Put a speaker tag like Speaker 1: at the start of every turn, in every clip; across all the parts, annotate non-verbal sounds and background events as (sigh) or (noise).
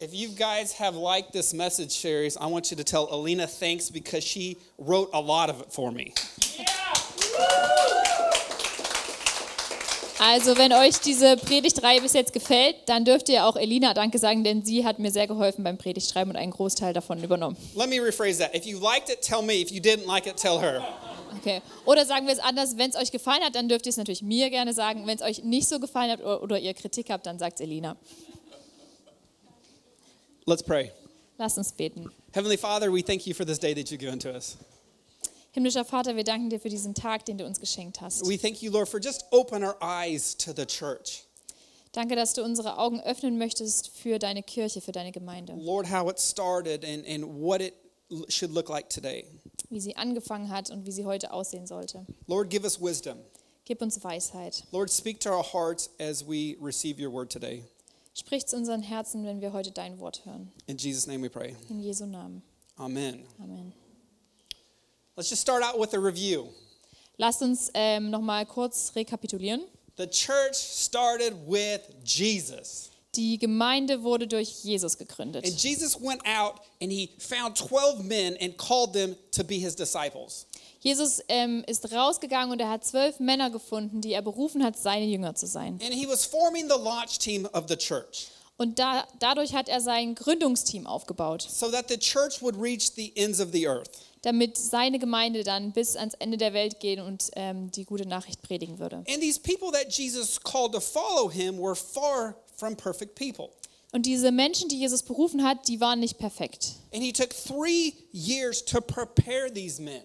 Speaker 1: If you guys have liked this message series, I want you to tell Alina thanks because she wrote a lot of it for me.
Speaker 2: Also, wenn euch diese Predigtreihe bis jetzt gefällt, dann dürft ihr auch Elina Danke sagen, denn sie hat mir sehr geholfen beim Predigtschreiben und einen Großteil davon übernommen.
Speaker 1: Let me rephrase that. If you liked it, tell me. If you didn't like it, tell her.
Speaker 2: Okay. Oder sagen wir es anders, wenn es euch gefallen hat, dann dürft ihr es natürlich mir gerne sagen. Wenn es euch nicht so gefallen hat oder, oder ihr Kritik habt, dann sagt es Elina.
Speaker 1: Let's pray.
Speaker 2: Lasst uns beten.
Speaker 1: Heavenly Father, we thank you for this day that you've given to us.
Speaker 2: Himmlischer Vater, wir danken dir für diesen Tag, den du uns geschenkt hast.
Speaker 1: We thank you, Lord, for just open our eyes to the church.
Speaker 2: Danke, dass du unsere Augen öffnen möchtest für deine Kirche, für deine Gemeinde,
Speaker 1: Lord, how it started and, and what it l- should look like today.
Speaker 2: wie sie angefangen hat und wie sie heute aussehen sollte.
Speaker 1: Lord, give us wisdom.
Speaker 2: Gib uns Weisheit.
Speaker 1: Lord, speak to our hearts as we receive your word today.
Speaker 2: Sprich zu unseren Herzen, wenn wir heute dein Wort hören.
Speaker 1: In Jesus' name we pray.
Speaker 2: In Jesu Namen.
Speaker 1: Amen.
Speaker 2: Amen.
Speaker 1: Let's just start out with a review.
Speaker 2: Lasst uns ähm, nochmal kurz rekapitulieren.
Speaker 1: The church started with Jesus.
Speaker 2: Die Gemeinde wurde durch Jesus gegründet.
Speaker 1: And Jesus went out and he found 12 men and called them to be his disciples.
Speaker 2: Jesus ähm, ist rausgegangen und er hat zwölf Männer gefunden, die er berufen hat, seine Jünger zu sein.
Speaker 1: And he was forming the launch team of the church
Speaker 2: Und da, dadurch hat er sein Gründungsteam aufgebaut,
Speaker 1: so that the church would reach the ends of the earth.
Speaker 2: damit seine Gemeinde dann bis ans Ende der Welt gehen und ähm, die gute Nachricht predigen würde.
Speaker 1: And these people that Jesus called to follow him were far from perfect people.
Speaker 2: Und diese Menschen, die Jesus berufen hat, die waren nicht perfekt.
Speaker 1: And he took three years to prepare these men,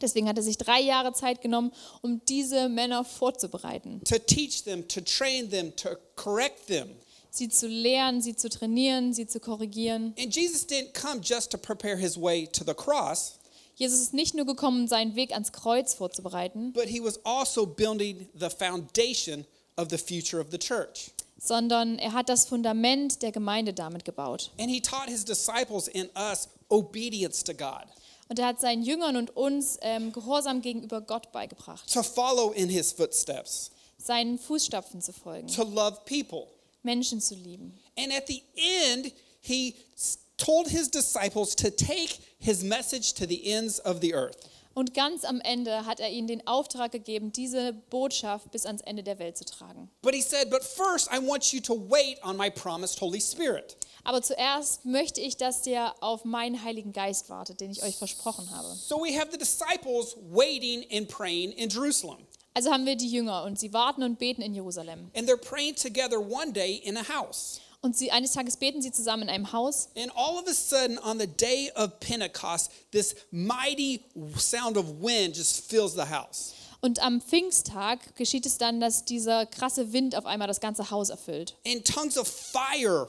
Speaker 2: Deswegen hat er sich drei Jahre Zeit genommen, um diese Männer vorzubereiten,
Speaker 1: to teach them, to train them, to correct them.
Speaker 2: sie zu lehren, sie zu trainieren, sie zu korrigieren.
Speaker 1: And Jesus didn't come just to prepare his way to the cross,
Speaker 2: Jesus ist nicht nur gekommen, seinen Weg ans Kreuz vorzubereiten,
Speaker 1: but he was also building the foundation of the future of the church.
Speaker 2: sondern er hat das Fundament der Gemeinde damit gebaut.
Speaker 1: And he taught his disciples and us obedience to God,
Speaker 2: Und er hat seinen Jüngern und uns ähm, Gehorsam gegenüber Gott beigebracht,
Speaker 1: to follow in his footsteps,
Speaker 2: seinen Fußstapfen zu folgen,
Speaker 1: to love people.
Speaker 2: Menschen zu lieben.
Speaker 1: And at the end, he s- told his disciples to take his message to the ends of the earth.
Speaker 2: Und ganz am Ende hat er ihnen den Auftrag gegeben, diese Botschaft bis ans Ende der Welt zu tragen.
Speaker 1: But he said, But first, I want you to wait on my promised Holy Spirit.
Speaker 2: Aber zuerst möchte ich, dass ihr auf meinen Heiligen Geist wartet, den ich euch versprochen habe.
Speaker 1: So we have the disciples waiting and praying in Jerusalem.
Speaker 2: Also haben wir die Jünger und sie warten und beten in Jerusalem.
Speaker 1: And they're praying together one day in a house.
Speaker 2: Und sie, eines Tages beten sie zusammen in einem Haus
Speaker 1: And all of a sudden, on the day of Pentecost, this mighty sound of wind just fills the house.
Speaker 2: Und am Pfingsttag geschieht es dann, dass dieser krasse Wind auf einmal das ganze Haus erfüllt.
Speaker 1: And tongues of fire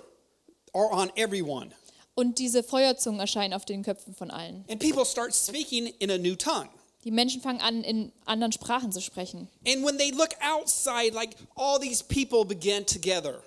Speaker 1: are on everyone.
Speaker 2: Und diese Feuerzungen erscheinen auf den Köpfen von allen.
Speaker 1: And people start speaking in a new tongue.
Speaker 2: Die Menschen fangen an, in anderen Sprachen zu sprechen.
Speaker 1: And when they look outside, like all these people begin together.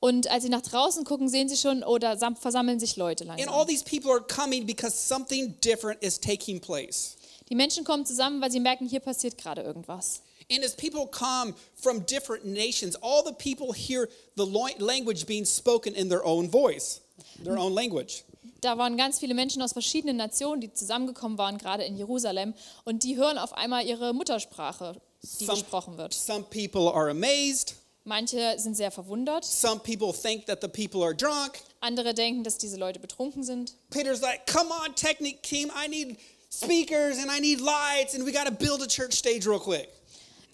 Speaker 2: Und als sie nach draußen gucken, sehen sie schon, oh, da sam- versammeln sich Leute
Speaker 1: And all
Speaker 2: langsam.
Speaker 1: these people are coming because something different is taking place.
Speaker 2: Die Menschen kommen zusammen, weil sie merken, hier passiert gerade irgendwas.
Speaker 1: And as people come from different nations, all the people hear the lo- language being spoken in their own voice, their own language.
Speaker 2: Da waren ganz viele Menschen aus verschiedenen Nationen, die zusammengekommen waren, gerade in Jerusalem. Und die hören auf einmal ihre Muttersprache, die
Speaker 1: Some-
Speaker 2: gesprochen wird.
Speaker 1: Some people are amazed.
Speaker 2: Manche sind sehr verwundert,
Speaker 1: Some people think that the people are drunk.
Speaker 2: andere denken, dass diese Leute betrunken sind.
Speaker 1: Peter's like, come on, technic team, I need speakers and I need lights and we got to build a church stage real quick.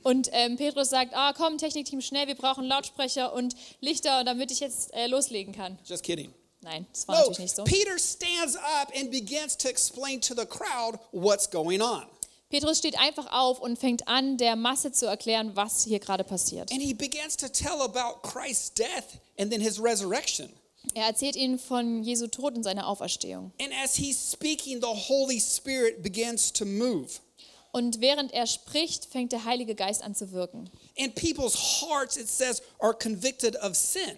Speaker 2: Und ähm, Petrus sagt, ah komm, Technikteam, schnell, wir brauchen Lautsprecher und Lichter, damit ich jetzt äh, loslegen kann.
Speaker 1: Just kidding.
Speaker 2: Nein, das war
Speaker 1: No,
Speaker 2: natürlich nicht so.
Speaker 1: Peter stands up and begins to explain to the crowd what's going on.
Speaker 2: Petrus steht einfach auf und fängt an, der Masse zu erklären, was hier gerade passiert.
Speaker 1: And he begins to tell about Christ's death and then his resurrection.
Speaker 2: Er erzählt ihnen von Jesu Tod und seiner Auferstehung.
Speaker 1: And as he's speaking, the Holy Spirit begins to move.
Speaker 2: Und während er spricht, fängt der Heilige Geist an zu wirken.
Speaker 1: And people's hearts, it says, are convicted of sin.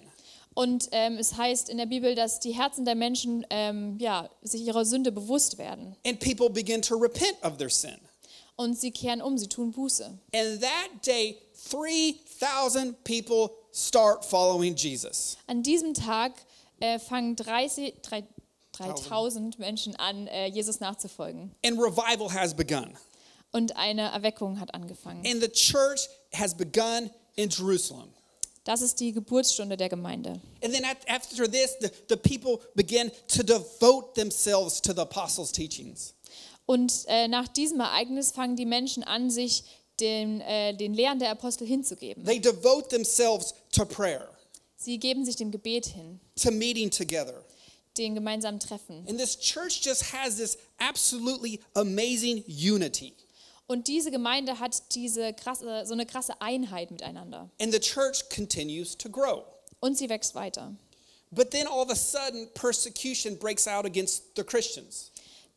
Speaker 2: Und ähm, es heißt in der Bibel, dass die Herzen der Menschen ähm, ja, sich ihrer Sünde bewusst werden.
Speaker 1: And people begin to repent of their sin.
Speaker 2: Und sie kehren um, sie tun Buße.
Speaker 1: And that day, 3,000 people start following Jesus.
Speaker 2: An diesem Tag äh, fangen 30, drei- 3000 Menschen an, äh, Jesus nachzufolgen.
Speaker 1: and revival has begun.
Speaker 2: Und eine Erweckung hat angefangen.
Speaker 1: And the church has begun in Jerusalem.
Speaker 2: Das ist die Geburtsstunde der Gemeinde.
Speaker 1: And then af- after this, the, the people begin to devote themselves to the apostles' teachings.
Speaker 2: Und äh, nach diesem Ereignis fangen die Menschen an, sich den, äh, den Lehren der Apostel hinzugeben.
Speaker 1: They devote themselves to prayer,
Speaker 2: Sie geben sich dem Gebet hin,
Speaker 1: to meeting together.
Speaker 2: den gemeinsamen Treffen.
Speaker 1: And this church just has this absolutely amazing unity.
Speaker 2: Und diese Gemeinde hat diese krasse, so eine krasse Einheit miteinander.
Speaker 1: And the church continues to grow.
Speaker 2: Und sie wächst weiter.
Speaker 1: But then all of a sudden, persecution breaks out against the Christians.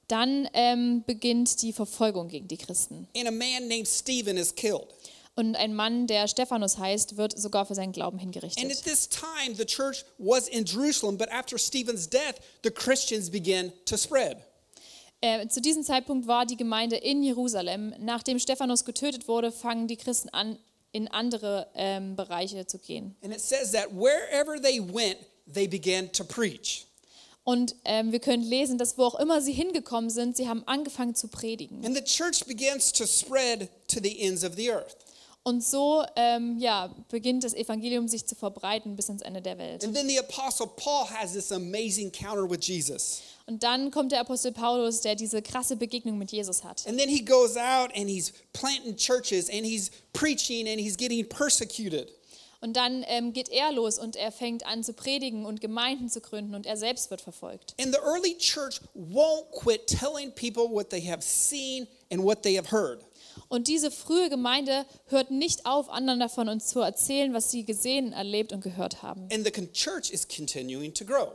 Speaker 2: Dann ähm, beginnt die Verfolgung gegen die Christen.
Speaker 1: And a man named Stephen is killed.
Speaker 2: Und ein Mann, der Stephanus heißt, wird sogar für seinen Glauben
Speaker 1: And at
Speaker 2: hingerichtet.
Speaker 1: this time, the church was in Jerusalem, but after Stephen's death, the Christians began to spread.
Speaker 2: Äh, zu diesem Zeitpunkt war die Gemeinde in Jerusalem. Nachdem Stephanus getötet wurde, fangen die Christen an, in andere ähm, Bereiche zu gehen.
Speaker 1: And it says that wherever they went, they began to preach.
Speaker 2: Und ähm, wir können lesen, dass wo auch immer sie hingekommen sind, sie haben angefangen zu predigen.
Speaker 1: And the church begins to spread to the ends of the earth.
Speaker 2: Und so ähm, ja, beginnt das Evangelium sich zu verbreiten bis ans Ende der Welt.
Speaker 1: And then the apostle Paul has this amazing encounter with Jesus.
Speaker 2: Und dann kommt der Apostel Paulus, der diese krasse Begegnung mit Jesus hat.
Speaker 1: And then he goes out and he's planting churches and he's preaching and he's getting persecuted.
Speaker 2: Und dann ähm, geht er los und er fängt an zu predigen und Gemeinden zu gründen und er selbst wird verfolgt.
Speaker 1: And the early church won't quit telling people what they have seen and what they have heard.
Speaker 2: Und diese frühe Gemeinde hört nicht auf, anderen davon uns zu erzählen, was sie gesehen, erlebt und gehört haben.
Speaker 1: And the con- church is continuing to grow.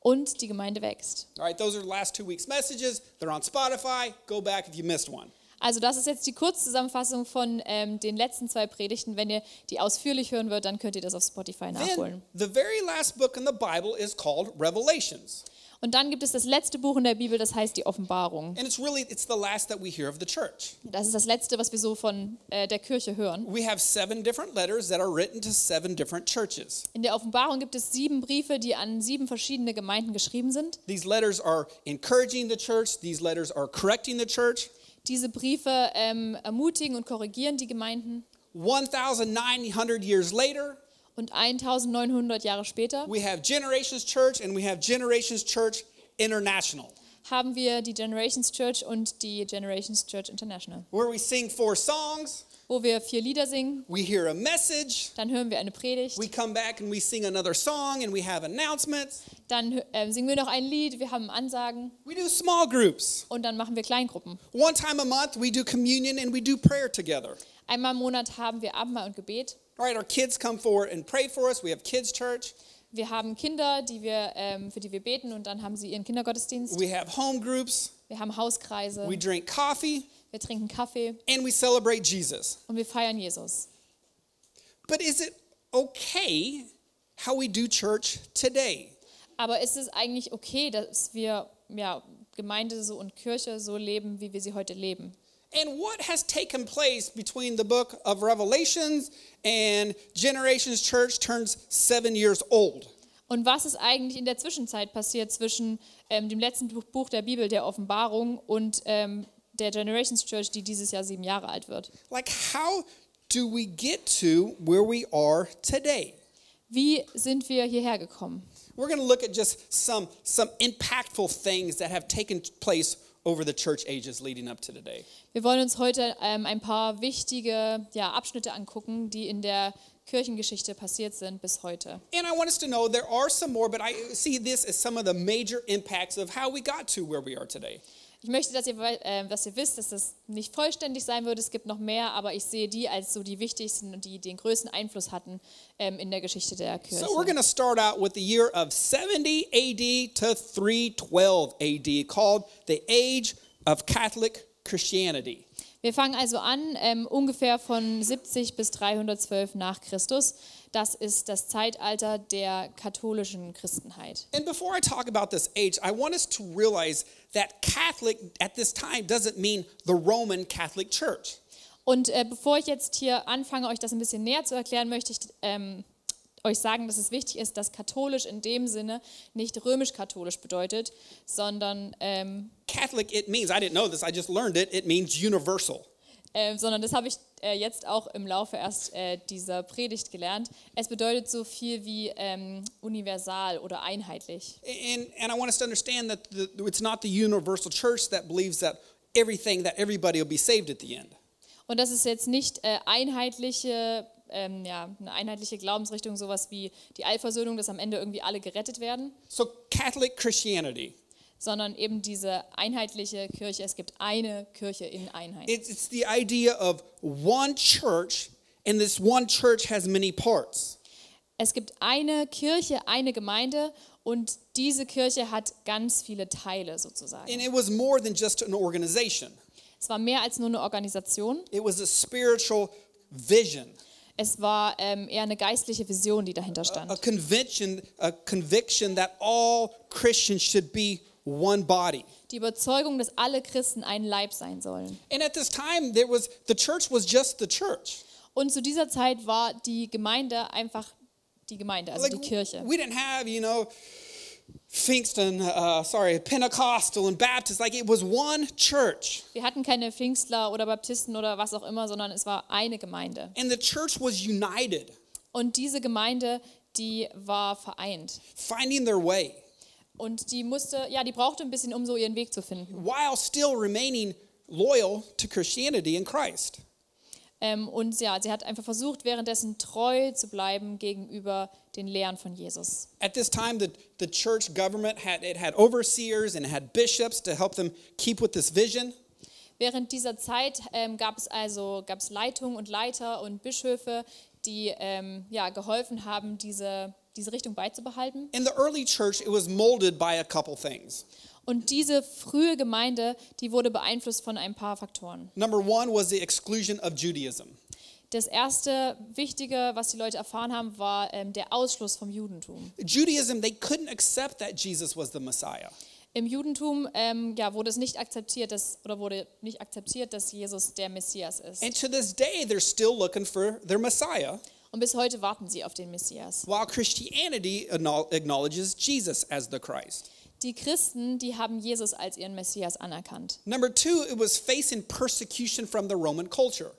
Speaker 2: Und die Gemeinde wächst.
Speaker 1: All right, those are the last two weeks' messages. They're on Spotify. Go back if you missed one.
Speaker 2: Also das ist jetzt die Kurzzusammenfassung von ähm, den letzten zwei Predigten. Wenn ihr die ausführlich hören wollt, dann könnt ihr das auf Spotify
Speaker 1: Then
Speaker 2: nachholen.
Speaker 1: the very last book in the Bible is called Revelations.
Speaker 2: Und dann gibt es das letzte Buch in der Bibel, das heißt die Offenbarung.
Speaker 1: And it's really it's the last that we hear of the church.
Speaker 2: Das ist das letzte, was wir so von äh, der Kirche hören.
Speaker 1: We have seven different letters that are written to seven different churches.
Speaker 2: In der Offenbarung gibt es sieben Briefe, die an sieben verschiedene Gemeinden geschrieben sind.
Speaker 1: These letters are encouraging the church, these letters are correcting the church.
Speaker 2: Diese Briefe ähm, ermutigen und korrigieren die Gemeinden.
Speaker 1: 1900 years later,
Speaker 2: Und 1900 Jahre später
Speaker 1: we have Generations Church and we have Generations Church International,
Speaker 2: haben wir die Generations Church und die Generations Church International,
Speaker 1: where we sing four songs,
Speaker 2: wo wir vier Lieder singen,
Speaker 1: we hear a message,
Speaker 2: dann hören wir eine Predigt,
Speaker 1: we come back and we sing another song and we have announcements.
Speaker 2: dann äh, singen wir noch ein Lied, wir haben Ansagen
Speaker 1: We do small groups.
Speaker 2: und dann machen wir Kleingruppen.
Speaker 1: One time a month, we do communion and we do prayer together.
Speaker 2: Einmal im Monat haben wir Abendmahl und Gebet.
Speaker 1: All right, our kids come forward and pray for us. We have kids' church.
Speaker 2: Wir haben Kinder, die wir, ähm, für die wir beten und dann haben sie ihren Kindergottesdienst.
Speaker 1: We have home groups.
Speaker 2: Wir haben Hauskreise,
Speaker 1: We drink coffee
Speaker 2: wir trinken Kaffee
Speaker 1: and we celebrate Jesus.
Speaker 2: und wir feiern Jesus.
Speaker 1: But is it okay how we do church today?
Speaker 2: Aber ist es eigentlich okay, dass wir ja, Gemeinde so und Kirche so leben, wie wir sie heute leben?
Speaker 1: And what has taken place between the book of Revelations and Generations Church turns seven years old?
Speaker 2: Und was ist eigentlich in der Zwischenzeit passiert zwischen ähm, dem letzten Buch- Buch der Bibel, der Offenbarung, und ähm, der Generations Church, die dieses Jahr sieben Jahre alt wird?
Speaker 1: Like, how do we get to where we are today?
Speaker 2: Wie sind wir hierher gekommen?
Speaker 1: We're going to look at just some, some impactful things that have taken place over the church ages leading up to today.
Speaker 2: Wir wollen uns heute ähm, ein paar wichtige ja, Abschnitte angucken, die in der Kirchengeschichte passiert sind bis heute.
Speaker 1: And I want us to know there are some more, but I see this as some of the major impacts of how we got to where we are today.
Speaker 2: Ich möchte, dass ihr, wei- ähm, dass ihr wisst, dass das nicht vollständig sein wird. Es gibt noch mehr, aber ich sehe die als so die wichtigsten und die den größten Einfluss hatten ähm, in der Geschichte der Kirche.
Speaker 1: So we're going to start out with the year of 70 AD to 312 AD, called the Age of Catholic Christianity.
Speaker 2: Wir fangen also an, ähm, ungefähr von 70 bis 312 nach Christus. Das ist das Zeitalter der katholischen Christenheit.
Speaker 1: And before I talk about this age, I want us to realize that Catholic at this time doesn't mean the Roman Catholic Church.
Speaker 2: Und äh, bevor ich jetzt hier anfange, euch das ein bisschen näher zu erklären, möchte ich ähm, euch sagen, dass es wichtig ist, dass katholisch in dem Sinne nicht römisch-katholisch bedeutet, sondern, ähm,
Speaker 1: Catholic, it means, I didn't know this, I just learned it, it means universal.
Speaker 2: äh, sondern das habe ich äh, jetzt auch im Laufe erst äh, dieser Predigt gelernt. Es bedeutet so viel wie ähm, universal oder einheitlich.
Speaker 1: And, and I want us to understand that the, it's not the universal church that believes that everything, that everybody will be saved at the end.
Speaker 2: Und das ist jetzt nicht äh, einheitliche, ähm, ja, eine einheitliche Glaubensrichtung, sowas wie die Allversöhnung, dass am Ende irgendwie alle gerettet werden,
Speaker 1: So, Catholic Christianity,
Speaker 2: sondern eben diese einheitliche Kirche. Es gibt eine Kirche in Einheit.
Speaker 1: it's, it's the idea of one church, and this one church has many parts.
Speaker 2: Es gibt eine Kirche, eine Gemeinde und diese Kirche hat ganz viele Teile sozusagen.
Speaker 1: And it was more than just an organization,
Speaker 2: Es war mehr als nur eine Organisation.
Speaker 1: it was a spiritual vision,
Speaker 2: Es war ähm, eher eine geistliche Vision, die dahinter stand.
Speaker 1: a conviction, a conviction that all Christians should be one body.
Speaker 2: Die Überzeugung, dass alle Christen ein Leib sein sollen.
Speaker 1: And at this time, there was the church was just the church.
Speaker 2: Und zu dieser Zeit war die Gemeinde einfach die Gemeinde, also die Kirche.
Speaker 1: We didn't have, you know, Pfingsten, uh, sorry, Pentecostal and Baptist. Like it was one church,
Speaker 2: Wir hatten keine Pfingstler oder Baptisten oder was auch immer, sondern es war eine Gemeinde.
Speaker 1: and the church was united,
Speaker 2: Und diese Gemeinde, die war vereint.
Speaker 1: finding their way
Speaker 2: Und die musste, ja, die brauchte ein bisschen, um so ihren Weg zu finden.
Speaker 1: while still remaining loyal to Christianity and Christ.
Speaker 2: Ähm, und ja, sie hat einfach versucht, währenddessen treu zu bleiben gegenüber den Lehren von Jesus.
Speaker 1: At this time, the, the church government had it had overseers and it had bishops to help them keep with this vision.
Speaker 2: Während dieser Zeit ähm, gab es also gab's Leitungen und Leiter und Bischöfe, die ähm, ja, geholfen haben, diese, diese Richtung beizubehalten.
Speaker 1: In the early church, it was molded by a couple things.
Speaker 2: Und diese frühe Gemeinde, die wurde beeinflusst von ein paar Faktoren.
Speaker 1: Number one was the exclusion of Judaism.
Speaker 2: Das erste Wichtige, was die Leute erfahren haben, war ähm, der Ausschluss vom Judentum.
Speaker 1: Judaism, they couldn't accept that Jesus was the Messiah.
Speaker 2: Im Judentum ähm, ja, wurde es nicht akzeptiert, dass, oder wurde nicht akzeptiert, dass Jesus der Messias ist.
Speaker 1: And to this day, they're still looking for their Messiah,
Speaker 2: Und bis heute warten sie auf den Messias.
Speaker 1: while Christianity acknowl- acknowledges Jesus as the Christ.
Speaker 2: Die Christen, die haben Jesus als ihren Messias anerkannt.
Speaker 1: Number two, it was facing persecution from the Roman culture.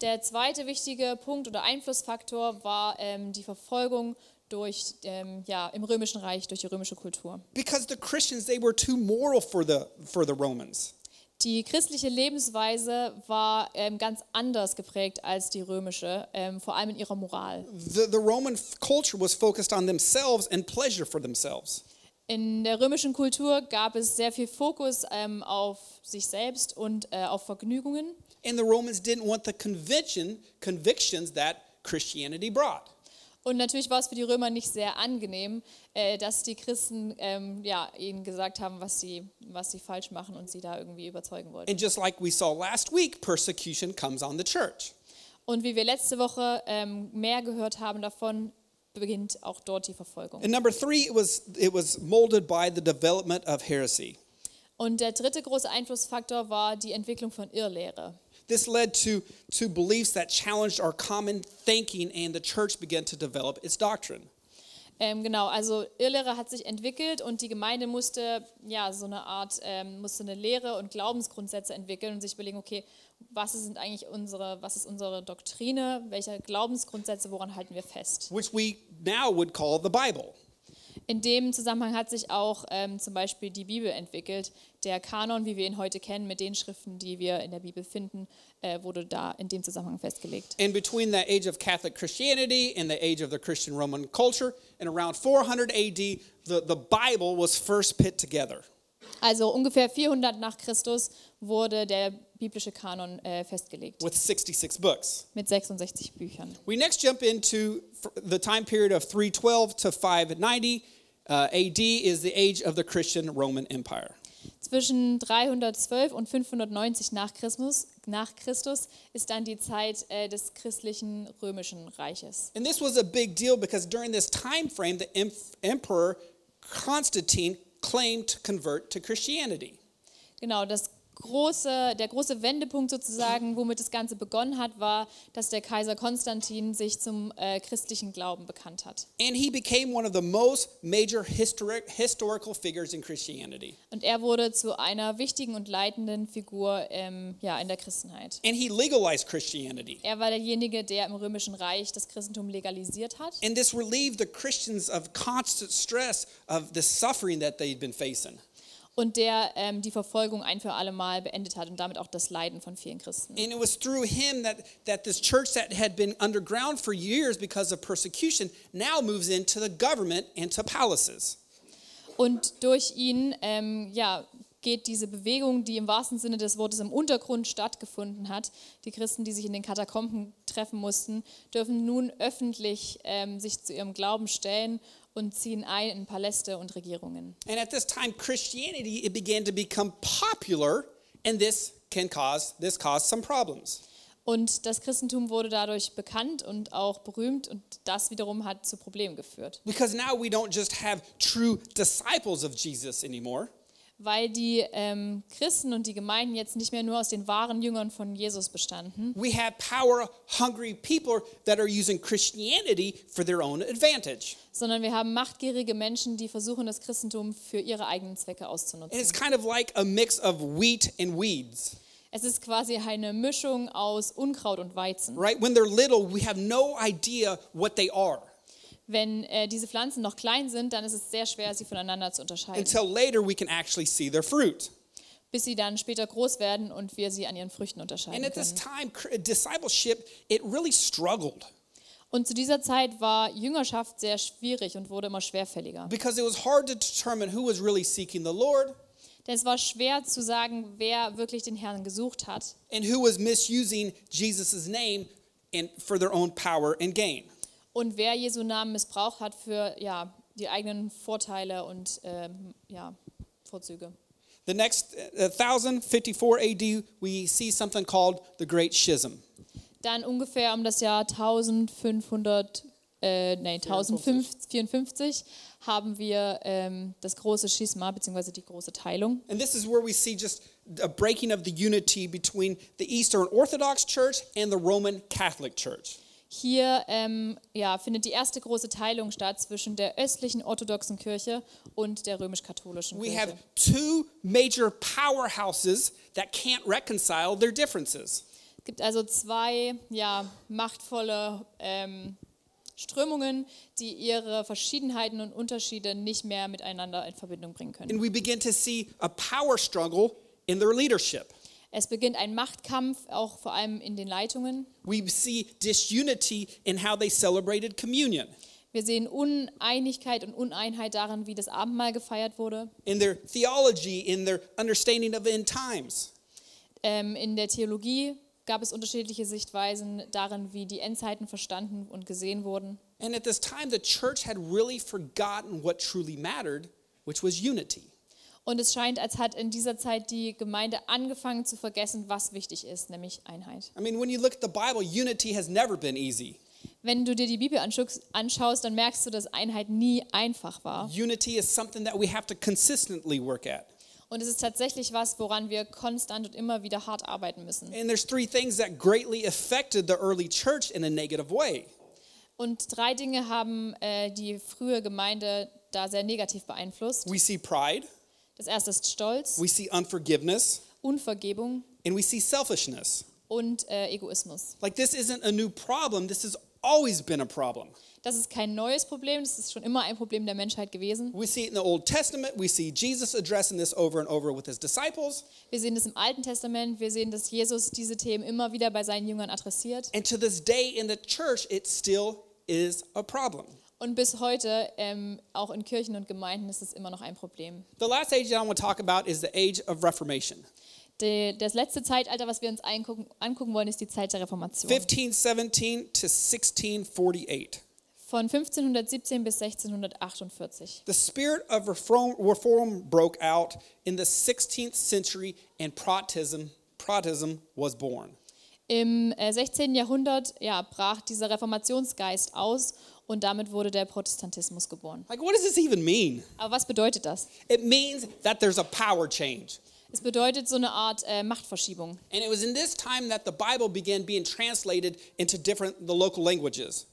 Speaker 2: Der zweite wichtige Punkt oder Einflussfaktor war ähm, die Verfolgung durch, ähm, ja, im Römischen Reich, durch die römische Kultur.
Speaker 1: Because the Christians, they were too moral for the, for the Romans.
Speaker 2: Die christliche Lebensweise war ähm, ganz anders geprägt als die römische, ähm, vor allem in ihrer Moral.
Speaker 1: The, the Roman f- culture was focused on themselves and pleasure for themselves.
Speaker 2: In der römischen Kultur gab es sehr viel Fokus ähm, auf sich selbst und äh, auf Vergnügungen.
Speaker 1: And the Romans didn't want the conviction, convictions that Christianity brought.
Speaker 2: Und natürlich war es für die Römer nicht sehr angenehm, äh, dass die Christen ähm, ja, ihnen gesagt haben, was sie, was sie falsch machen und sie da irgendwie überzeugen wollten.
Speaker 1: And just like we saw last week, persecution comes on the church.
Speaker 2: Und wie wir letzte Woche ähm, mehr gehört haben davon, beginnt auch dort die Verfolgung.
Speaker 1: And number three, it was it was molded by the development of heresy.
Speaker 2: Und der dritte große Einflussfaktor war die Entwicklung von Irrlehre.
Speaker 1: This led to to beliefs that challenged our common thinking, and the church began to develop its doctrine.
Speaker 2: Ähm, genau, also Irrlehre hat sich entwickelt und die Gemeinde musste ja so eine Art, ähm, musste eine Lehre und Glaubensgrundsätze entwickeln und sich überlegen, okay, was sind eigentlich unsere, was ist unsere Doktrine, welche Glaubensgrundsätze, woran halten wir fest?
Speaker 1: Which we now would call the Bible.
Speaker 2: In dem Zusammenhang hat sich auch ähm, zum Beispiel die Bibel entwickelt. Der Kanon, wie wir ihn heute kennen, mit den Schriften, die wir in der Bibel finden, äh, wurde da in dem Zusammenhang festgelegt.
Speaker 1: And between the age of Catholic Christianity and the age of the Christian Roman culture, and around 400 AD, the, the Bible was first put together.
Speaker 2: Also ungefähr 400 nach Christus wurde der biblische Kanon äh, festgelegt
Speaker 1: with 66 books.
Speaker 2: mit 66 Büchern.
Speaker 1: We next jump into f- the time period of 312 to 590 uh, AD is the age of the Christian Roman Empire.
Speaker 2: Zwischen 312 und 590 nach Christus, nach Christus ist dann die Zeit äh, des christlichen römischen Reiches.
Speaker 1: And this was a big deal because during this time frame the em- emperor Constantine claimed to convert to Christianity.
Speaker 2: Genau, das große, der große Wendepunkt sozusagen, womit das Ganze begonnen hat, war, dass der Kaiser Konstantin sich zum äh, christlichen Glauben bekannt hat.
Speaker 1: And he became one of the most major historic, historical figures in Christianity.
Speaker 2: Und er wurde zu einer wichtigen und leitenden Figur ähm, ja, in der Christenheit.
Speaker 1: And he legalized Christianity.
Speaker 2: Er war derjenige, der im Römischen Reich das Christentum legalisiert hat.
Speaker 1: And this relieved the Christians of constant stress of the suffering that they'd been facing.
Speaker 2: und der ähm, die Verfolgung ein für alle Mal beendet hat und damit auch das Leiden von vielen Christen.
Speaker 1: And it was through him that, that this church that had been underground for years because of persecution now moves into the government and to palaces.
Speaker 2: Und durch ihn ähm, ja, geht diese Bewegung, die im wahrsten Sinne des Wortes im Untergrund stattgefunden hat, die Christen, die sich in den Katakomben treffen mussten, dürfen nun öffentlich ähm, sich zu ihrem Glauben stellen und ziehen ein in Paläste und Regierungen.
Speaker 1: And at this time, Christianity it began to become popular, and this can cause this caused some problems.
Speaker 2: Und das Christentum wurde dadurch bekannt und auch berühmt und das wiederum hat zu Problemen geführt.
Speaker 1: Because now we don't just have true disciples of Jesus anymore.
Speaker 2: weil die ähm, Christen und die Gemeinden jetzt nicht mehr nur aus den wahren Jüngern von Jesus bestanden,
Speaker 1: We have power hungry people that are using Christianity for their own advantage.
Speaker 2: sondern wir haben machtgierige Menschen, die versuchen, das Christentum für ihre eigenen Zwecke
Speaker 1: And it's
Speaker 2: auszunutzen.
Speaker 1: kind of like a mix of wheat and weeds,
Speaker 2: Es ist quasi eine Mischung aus Unkraut und Weizen.
Speaker 1: right? When they're little, we have no idea what they are
Speaker 2: Wenn äh, diese Pflanzen noch klein sind, dann ist es sehr schwer, sie voneinander zu unterscheiden,
Speaker 1: until later we can actually see their fruit.
Speaker 2: bis sie dann später groß werden und wir sie an ihren Früchten
Speaker 1: And
Speaker 2: unterscheiden
Speaker 1: at this
Speaker 2: können.
Speaker 1: time, cr- discipleship, it really struggled
Speaker 2: Und zu dieser Zeit war Jüngerschaft sehr schwierig und wurde immer schwerfälliger.
Speaker 1: because it was hard to determine who was really seeking the Lord
Speaker 2: Denn es war schwer zu sagen, wer wirklich den Herrn gesucht hat.
Speaker 1: and who was misusing Jesus' name and for their own power and gain.
Speaker 2: Und wer Jesu Namen missbraucht hat für ja, die eigenen Vorteile und ähm, ja, Vorzüge.
Speaker 1: The next uh, 1054 AD, we see something called the Great Schism.
Speaker 2: Dann ungefähr um das Jahr 1500, äh, nee, 1054 haben wir ähm, das große Schisma bzw. die große Teilung.
Speaker 1: And this is where we see just a breaking of the unity between the Eastern Orthodox Church and the Roman Catholic Church.
Speaker 2: Hier ähm, ja, findet die erste große Teilung statt zwischen der östlichen orthodoxen Kirche und der römisch-katholischen
Speaker 1: We
Speaker 2: Kirche.
Speaker 1: have two major powerhouses that can't reconcile their differences.
Speaker 2: Es gibt also zwei ja, machtvolle ähm, Strömungen, die ihre Verschiedenheiten und Unterschiede nicht mehr miteinander in Verbindung bringen können.
Speaker 1: And we begin to see a power struggle in their leadership.
Speaker 2: Es beginnt ein Machtkampf, auch vor allem in den Leitungen.
Speaker 1: We see disunity in how they celebrated communion,
Speaker 2: Wir sehen Uneinigkeit und Uneinheit darin, wie das Abendmahl gefeiert wurde,
Speaker 1: in their theology, in their understanding of end times.
Speaker 2: ähm, in der Theologie gab es unterschiedliche Sichtweisen darin, wie die Endzeiten verstanden und gesehen wurden.
Speaker 1: And at this time, the church had really forgotten what truly mattered, which was unity.
Speaker 2: Und es scheint, als hat in dieser Zeit die Gemeinde angefangen zu vergessen, was wichtig ist, nämlich Einheit.
Speaker 1: I mean, when you look at the Bible, unity has never been easy.
Speaker 2: Wenn du dir die Bibel anschuckst- anschaust, dann merkst du, dass Einheit nie einfach war.
Speaker 1: Unity is something that we have to consistently work at.
Speaker 2: Und es ist tatsächlich was, woran wir konstant und immer wieder hart arbeiten müssen.
Speaker 1: And there's three things that greatly affected the early church in a negative way.
Speaker 2: Und drei Dinge haben äh, die frühe Gemeinde da sehr negativ beeinflusst.
Speaker 1: We see pride,
Speaker 2: Das erste ist Stolz,
Speaker 1: we see unforgiveness,
Speaker 2: Unvergebung
Speaker 1: and we see selfishness.
Speaker 2: und äh, Egoismus.
Speaker 1: Like, this isn't a new problem, this has always been a problem.
Speaker 2: Das ist kein neues Problem, das ist schon immer ein Problem der Menschheit gewesen.
Speaker 1: We see it in the Old Testament, we see Jesus addressing this over and over with his disciples.
Speaker 2: Wir sehen das im Alten Testament, wir sehen, dass Jesus diese Themen immer wieder bei seinen Jüngern adressiert.
Speaker 1: And to this day in the church, it still is a problem.
Speaker 2: Und bis heute, ähm, auch in Kirchen und Gemeinden, ist es immer noch ein Problem.
Speaker 1: The last age that I want to talk about is the age of Reformation.
Speaker 2: Die, das letzte Zeitalter, was wir uns angucken, angucken wollen, ist die Zeit der Reformation.
Speaker 1: 1517 to 1648.
Speaker 2: Von 1517 bis 1648.
Speaker 1: The spirit of reform, reform broke out in the 16th century and Protestantism, Protestantism was born.
Speaker 2: Im äh, 16. Jahrhundert ja, brach dieser Reformationsgeist aus und damit wurde der Protestantismus geboren.
Speaker 1: Like, what does this even mean?
Speaker 2: Aber was bedeutet das?
Speaker 1: It means that there's a power change.
Speaker 2: Es bedeutet so eine Art äh, Machtverschiebung.
Speaker 1: And it was in this time that the Bible began being translated into different the local languages.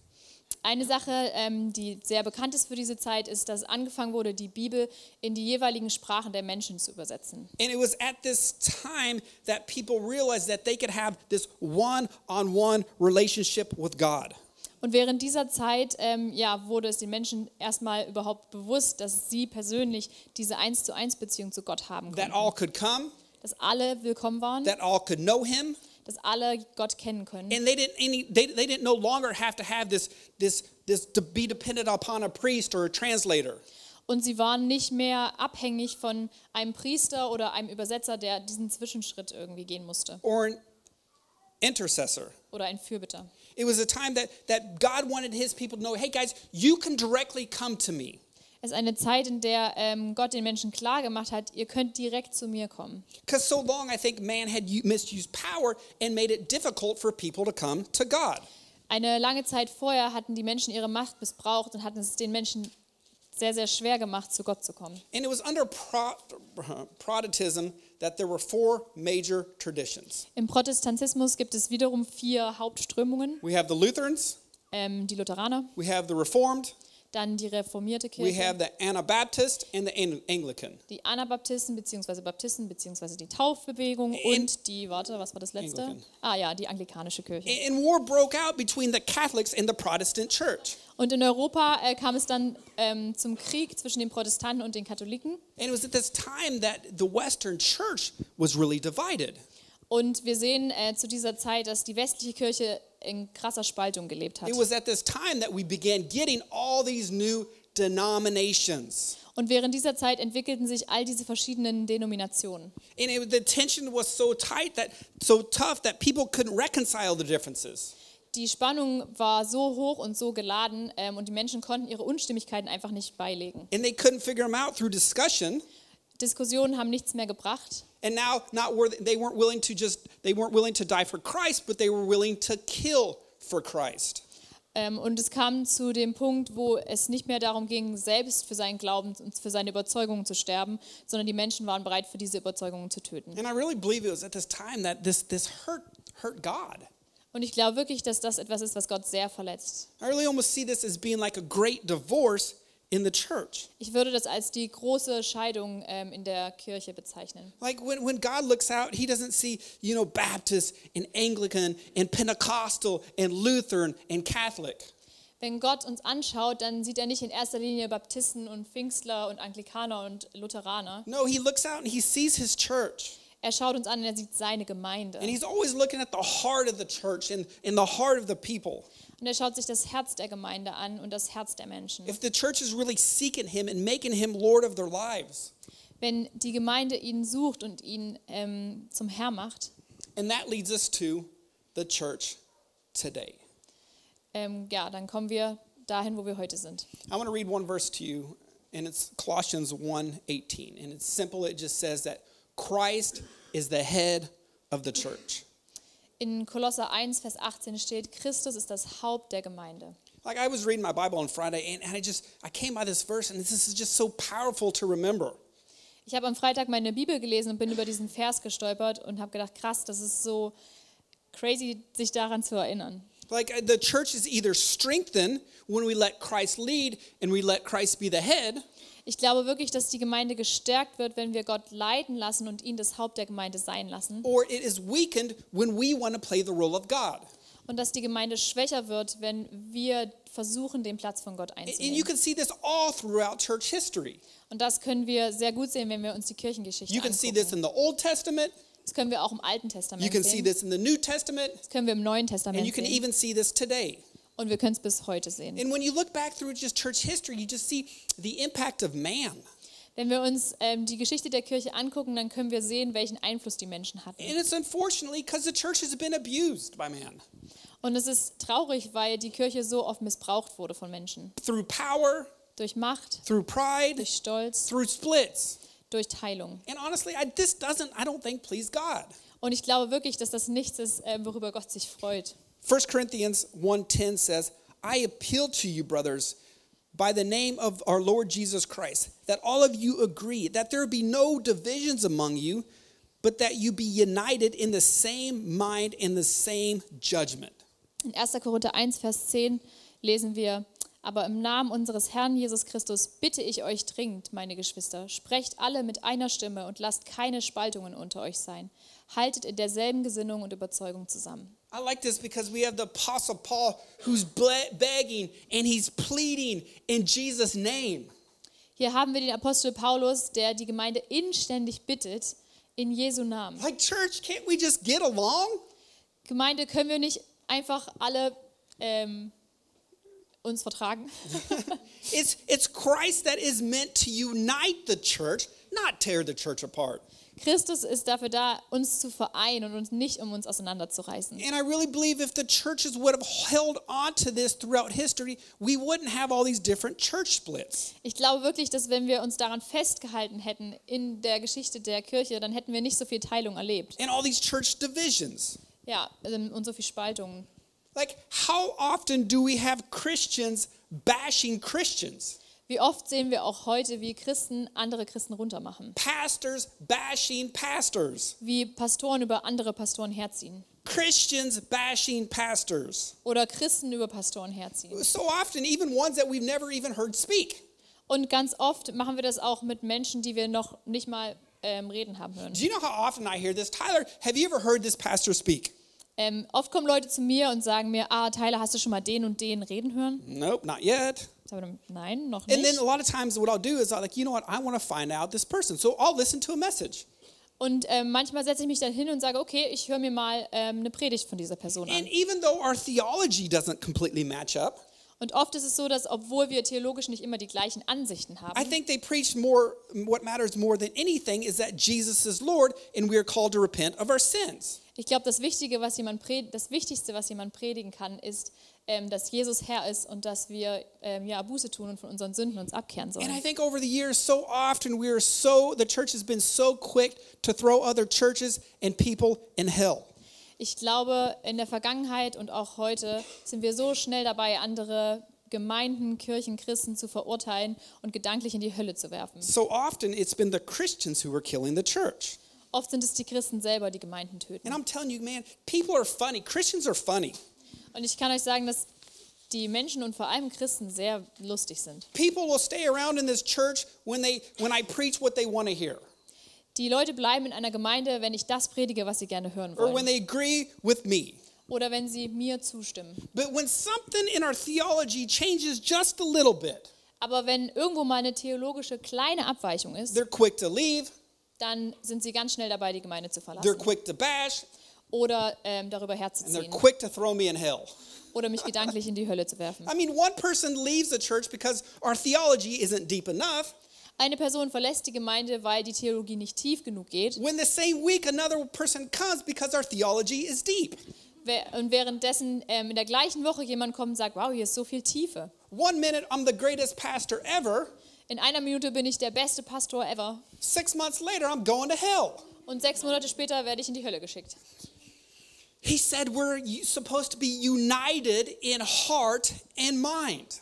Speaker 2: Eine Sache, ähm, die sehr bekannt ist für diese Zeit, ist, dass angefangen wurde, die Bibel in die jeweiligen Sprachen der Menschen zu übersetzen.
Speaker 1: And it was at this time that people realized that they could have this one-on-one relationship with God.
Speaker 2: Und während dieser Zeit ähm, ja, wurde es den Menschen erstmal überhaupt bewusst, dass sie persönlich diese eins zu eins Beziehung zu Gott haben
Speaker 1: That
Speaker 2: können.
Speaker 1: all could come,
Speaker 2: Dass alle willkommen waren,
Speaker 1: that all could know him,
Speaker 2: dass alle Gott kennen können.
Speaker 1: and they didn't any they, they didn't no longer have to have this this this to be dependent upon a priest or a translator.
Speaker 2: Und sie waren nicht mehr abhängig von einem Priester oder einem Übersetzer, der diesen Zwischenschritt irgendwie gehen musste.
Speaker 1: or an intercessor.
Speaker 2: Oder ein Fürbitter.
Speaker 1: It was a time that, that God wanted his people to know hey, guys, you can directly come to me.
Speaker 2: Es ist eine Zeit, in der ähm, Gott den Menschen klar gemacht hat, ihr könnt direkt zu mir kommen.
Speaker 1: Because so long, I think man had u- misused power and made it difficult for people to come to God.
Speaker 2: Eine lange Zeit vorher hatten die Menschen ihre Macht missbraucht und hatten es den Menschen sehr, sehr schwer gemacht, zu Gott zu kommen.
Speaker 1: And it was under pro- Protestantism that there were four major traditions
Speaker 2: Im Protestantismus gibt es wiederum vier Hauptströmungen.
Speaker 1: we have the Lutherans,
Speaker 2: Ähm, die Lutheraner,
Speaker 1: we have the Reformed,
Speaker 2: dann die reformierte
Speaker 1: we
Speaker 2: Kirche,
Speaker 1: have the Anabaptist, and the Ang- Anglican.
Speaker 2: die Anabaptisten bzw. Baptisten bzw. die Taufbewegung und die, warte, was war das letzte?
Speaker 1: Anglican.
Speaker 2: Ah ja, die anglikanische Kirche.
Speaker 1: And war broke out between the Catholics and the Protestant church.
Speaker 2: Und in Europa äh, kam es dann ähm, zum Krieg zwischen den Protestanten und den Katholiken.
Speaker 1: And it was at this time that the Western church was really divided.
Speaker 2: Und wir sehen äh, zu dieser Zeit, dass die westliche Kirche in krasser Spaltung gelebt hat.
Speaker 1: It was at this time that we began getting all these new denominations.
Speaker 2: Und während dieser Zeit entwickelten sich all diese verschiedenen Denominationen.
Speaker 1: And it, the tension was so tight that so tough that people couldn't reconcile the differences.
Speaker 2: Die Spannung war so hoch und so geladen ähm, und die Menschen konnten ihre Unstimmigkeiten einfach nicht beilegen.
Speaker 1: And they couldn't figure them out through discussion.
Speaker 2: Diskussionen haben nichts mehr gebracht
Speaker 1: And now not were they weren't willing to just they weren't willing to die for Christ, but they were willing to kill for Christ.
Speaker 2: ähm, und es kam zu dem Punkt, wo es nicht mehr darum ging, selbst für seinen Glauben und für seine Überzeugungen zu sterben, sondern die Menschen waren bereit, für diese Überzeugungen zu töten.
Speaker 1: And I really believe it was at this time that this this hurt hurt God.
Speaker 2: Und ich glaube wirklich, dass das etwas ist, was Gott sehr verletzt.
Speaker 1: I really almost see this as being like a great divorce in the church.
Speaker 2: Ich würde das als die große Scheidung ähm, in der Kirche bezeichnen.
Speaker 1: Like when, when God looks out, he doesn't see, you know, Baptist and Anglican and Pentecostal and Lutheran and Catholic.
Speaker 2: Wenn Gott uns anschaut, dann sieht er nicht in erster Linie Baptisten und Pfingstler und Anglikaner und Lutheraner.
Speaker 1: No, he looks out and he sees his church.
Speaker 2: Er schaut uns an und er sieht seine Gemeinde.
Speaker 1: And he's always looking at the heart of the church and, and the heart of the people.
Speaker 2: Und er schaut sich das Herz der Gemeinde an und das Herz der Menschen.
Speaker 1: If the church is really seeking him and making him Lord of their lives.
Speaker 2: Wenn die Gemeinde ihn sucht und ihn ähm, zum Herr macht,
Speaker 1: And that leads us to the church today.
Speaker 2: ähm, ja, dann kommen wir dahin, wo wir heute sind.
Speaker 1: I want to read one verse to you, and it's Colossians 1:18. And it's simple, it just says that Christ is the head of the church.
Speaker 2: In Kolosser 1, Vers 18 steht, Christus ist das Haupt der Gemeinde.
Speaker 1: Like I was reading my Bible on Friday, and, and I just I came by this verse, and this is just so powerful to remember.
Speaker 2: Ich habe am Freitag meine Bibel gelesen und bin über diesen Vers gestolpert und habe gedacht, krass, das ist so crazy, sich daran zu erinnern.
Speaker 1: Like uh, the church is either strengthened when we let Christ lead and we let Christ be the head,
Speaker 2: Ich glaube wirklich, dass die Gemeinde gestärkt wird, wenn wir Gott leiten lassen und ihn das Haupt der Gemeinde sein lassen.
Speaker 1: or it is weakened when we want to play the role of God.
Speaker 2: Und dass die Gemeinde schwächer wird, wenn wir versuchen, den Platz von Gott
Speaker 1: And you
Speaker 2: einzunehmen.
Speaker 1: can see this all throughout church history.
Speaker 2: Und das können wir sehr gut sehen, wenn wir uns die Kirchengeschichte
Speaker 1: You can see this
Speaker 2: angucken.
Speaker 1: in the Old Testament.
Speaker 2: Das können wir auch im Alten
Speaker 1: You
Speaker 2: Testament
Speaker 1: can see
Speaker 2: sehen.
Speaker 1: this in the New Testament.
Speaker 2: Das können wir im Neuen
Speaker 1: And
Speaker 2: Testament
Speaker 1: you can
Speaker 2: sehen.
Speaker 1: even see this today.
Speaker 2: Und wir können es bis heute sehen.
Speaker 1: And when you look back through just church history, you just see the impact of man.
Speaker 2: Wenn wir uns ähm, die Geschichte der Kirche angucken, dann können wir sehen, welchen Einfluss die Menschen hatten.
Speaker 1: And it's unfortunately because the church has been abused by man
Speaker 2: Und es ist traurig, weil die Kirche so oft missbraucht wurde von Menschen.
Speaker 1: through power,
Speaker 2: Durch Macht,
Speaker 1: through pride,
Speaker 2: durch Stolz,
Speaker 1: through splits.
Speaker 2: durch Teilung.
Speaker 1: And honestly, I, this doesn't, I don't think, please God.
Speaker 2: Und ich glaube wirklich, dass das nichts ist, äh, worüber Gott sich freut.
Speaker 1: 1 Corinthians 1.10 says, I appeal to you, brothers, by the name of our Lord Jesus Christ, that all of you agree, that there be no divisions among you, but that you be united in the same mind and the same judgment.
Speaker 2: In 1. Korinther 1, Vers 10 lesen wir, aber im Namen unseres Herrn Jesus Christus bitte ich euch dringend, meine Geschwister, sprecht alle mit einer Stimme und lasst keine Spaltungen unter euch sein. Haltet in derselben Gesinnung und Überzeugung zusammen.
Speaker 1: I like this because we have the Apostle Paul who's ble- begging and he's pleading in Jesus' name.
Speaker 2: Hier haben wir den Apostel Paulus, der die Gemeinde inständig bittet, in Jesu Namen.
Speaker 1: Like, church, can't we just get along?
Speaker 2: Gemeinde können wir nicht einfach alle ähm, uns vertragen.
Speaker 1: It's, it's Christ that is meant to unite the church, not tear the church apart.
Speaker 2: Christus ist dafür da, uns zu vereinen und uns nicht, um uns auseinanderzureißen.
Speaker 1: And I really believe if the churches would have held on to this throughout history, we wouldn't have all these different church splits.
Speaker 2: Ich glaube wirklich, dass wenn wir uns daran festgehalten hätten in der Geschichte der Kirche, dann hätten wir nicht so viel Teilung erlebt.
Speaker 1: and all these church divisions.
Speaker 2: Ja, ähm, und so viel Spaltungen.
Speaker 1: Like, how often do we have Christians bashing Christians?
Speaker 2: Wie oft sehen wir auch heute, wie Christen andere Christen runtermachen,
Speaker 1: Pastors bashing pastors.
Speaker 2: wie Pastoren über andere Pastoren herziehen
Speaker 1: Christians bashing pastors.
Speaker 2: oder Christen über Pastoren herziehen.
Speaker 1: So often, even ones that we've never even heard speak.
Speaker 2: Und ganz oft machen wir das auch mit Menschen, die wir noch nicht mal ähm, reden haben hören.
Speaker 1: Do you know how often I hear this? Tyler, have you ever heard this pastor speak?
Speaker 2: Ähm, oft kommen Leute zu mir und sagen mir, ah, Tyler, hast du schon mal den und den reden hören?
Speaker 1: Nope, not yet.
Speaker 2: Ich sage dann, nein, noch
Speaker 1: And then
Speaker 2: nicht.
Speaker 1: a lot of times, what I'll do is I'll like, you know what? I want to find out this person. So I'll listen to a message.
Speaker 2: Und ähm, manchmal setze ich mich dann hin und sage, okay, ich höre mir mal ähm, eine Predigt von dieser Person
Speaker 1: And
Speaker 2: an.
Speaker 1: even though our theology doesn't completely match up,
Speaker 2: Und oft ist es so, dass obwohl wir theologisch nicht immer die gleichen Ansichten
Speaker 1: I
Speaker 2: haben,
Speaker 1: think they preached more, what matters more than anything is that Jesus is Lord and we are called to repent of our sins.
Speaker 2: ich glaube, das Wichtige, was jemand pred- das Wichtigste, was jemand predigen kann, ist, ähm, dass Jesus Herr ist und dass wir ähm, ja Buße tun und von unseren Sünden uns abkehren
Speaker 1: And I
Speaker 2: sollen.
Speaker 1: think over the years, so often we are so, the church has been so quick to throw other churches and people in hell.
Speaker 2: Ich glaube, in der Vergangenheit und auch heute sind wir so schnell dabei, andere Gemeinden, Kirchen, Christen zu verurteilen und gedanklich in die Hölle zu werfen.
Speaker 1: So often it's been the Christians who are killing the church.
Speaker 2: Oft sind es die Christen selber, die Gemeinden töten.
Speaker 1: And I'm telling you, man, people are funny. Christians are funny.
Speaker 2: Und ich kann euch sagen, dass die Menschen und vor allem Christen sehr lustig sind.
Speaker 1: People will stay around in this church when they when I preach what they want to hear.
Speaker 2: Die Leute bleiben in einer Gemeinde, wenn ich das predige, was sie gerne hören
Speaker 1: Or when
Speaker 2: wollen.
Speaker 1: they agree with me.
Speaker 2: Oder wenn sie mir zustimmen.
Speaker 1: But when something in our theology changes just a little bit,
Speaker 2: Aber wenn irgendwo mal eine theologische kleine Abweichung ist,
Speaker 1: they're quick to leave,
Speaker 2: dann sind sie ganz schnell dabei, die Gemeinde zu
Speaker 1: they're
Speaker 2: verlassen.
Speaker 1: quick to bash,
Speaker 2: Oder ähm, darüber
Speaker 1: and they're
Speaker 2: herzuziehen.
Speaker 1: quick to throw me in hell.
Speaker 2: Oder mich gedanklich in die Hölle zu
Speaker 1: (laughs)
Speaker 2: werfen.
Speaker 1: I mean, one person leaves the church because our theology isn't deep enough,
Speaker 2: Eine Person verlässt die Gemeinde, weil die Theologie nicht tief genug geht.
Speaker 1: when the same week another person comes because our theology is deep.
Speaker 2: Wer- Und währenddessen ähm, in der gleichen Woche jemand kommt und sagt, wow, hier ist so viel Tiefe.
Speaker 1: One minute I'm the greatest pastor ever,
Speaker 2: In einer Minute bin ich der beste Pastor ever.
Speaker 1: six months later I'm going to hell.
Speaker 2: Und sechs Monate später werde ich in die Hölle geschickt.
Speaker 1: He said we're u- supposed to be united in heart and mind.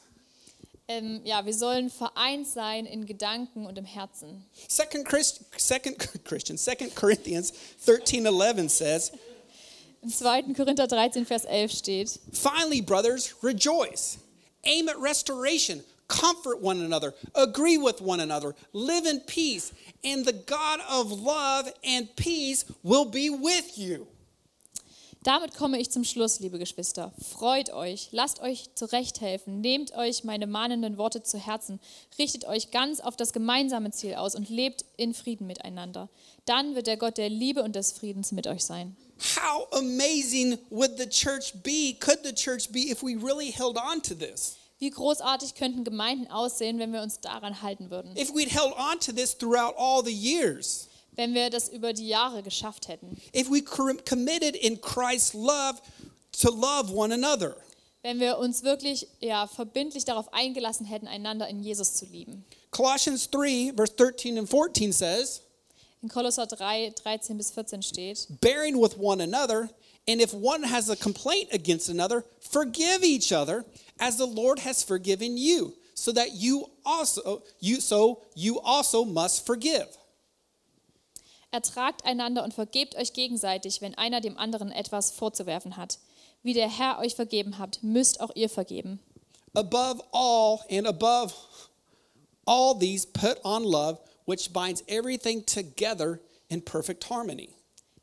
Speaker 2: Ähm, ja, wir sollen vereint sein in Gedanken und im Herzen.
Speaker 1: Second, Christ, second (laughs) Christian, Second Corinthians 13, 11 says,
Speaker 2: Im 2. Korinther 13, Vers 11 steht,
Speaker 1: Finally, brothers, rejoice. Aim at restoration. Comfort one another. Agree with one another. Live in peace. And the God of love and peace will be with you.
Speaker 2: Damit komme ich zum Schluss, liebe Geschwister. Freut euch, lasst euch zurechthelfen, nehmt euch meine mahnenden Worte zu Herzen, richtet euch ganz auf das gemeinsame Ziel aus und lebt in Frieden miteinander. Dann wird der Gott der Liebe und des Friedens mit euch sein.
Speaker 1: How amazing would the church be? Could the church be if we really held on to this?
Speaker 2: Wie großartig könnten Gemeinden aussehen, wenn wir uns daran halten würden,
Speaker 1: If we'd held on to this throughout all the years.
Speaker 2: wenn wir das über die Jahre geschafft hätten,
Speaker 1: If we cor- committed in Christ's love to love one another.
Speaker 2: wenn wir uns wirklich ja, verbindlich darauf eingelassen hätten, einander in Jesus zu lieben.
Speaker 1: Colossians 3, verse 13 and 14 says,
Speaker 2: In Kolosser 3, 13 bis 14 steht,
Speaker 1: bearing with one another, and if one has a complaint against another, forgive each other as the Lord has forgiven you, so that you also you so you also must forgive.
Speaker 2: Ertragt einander und vergebt euch gegenseitig, wenn einer dem anderen etwas vorzuwerfen hat. Wie der Herr euch vergeben habt, müsst auch ihr vergeben.
Speaker 1: Above all and above all these, put on love, which binds everything together in perfect harmony.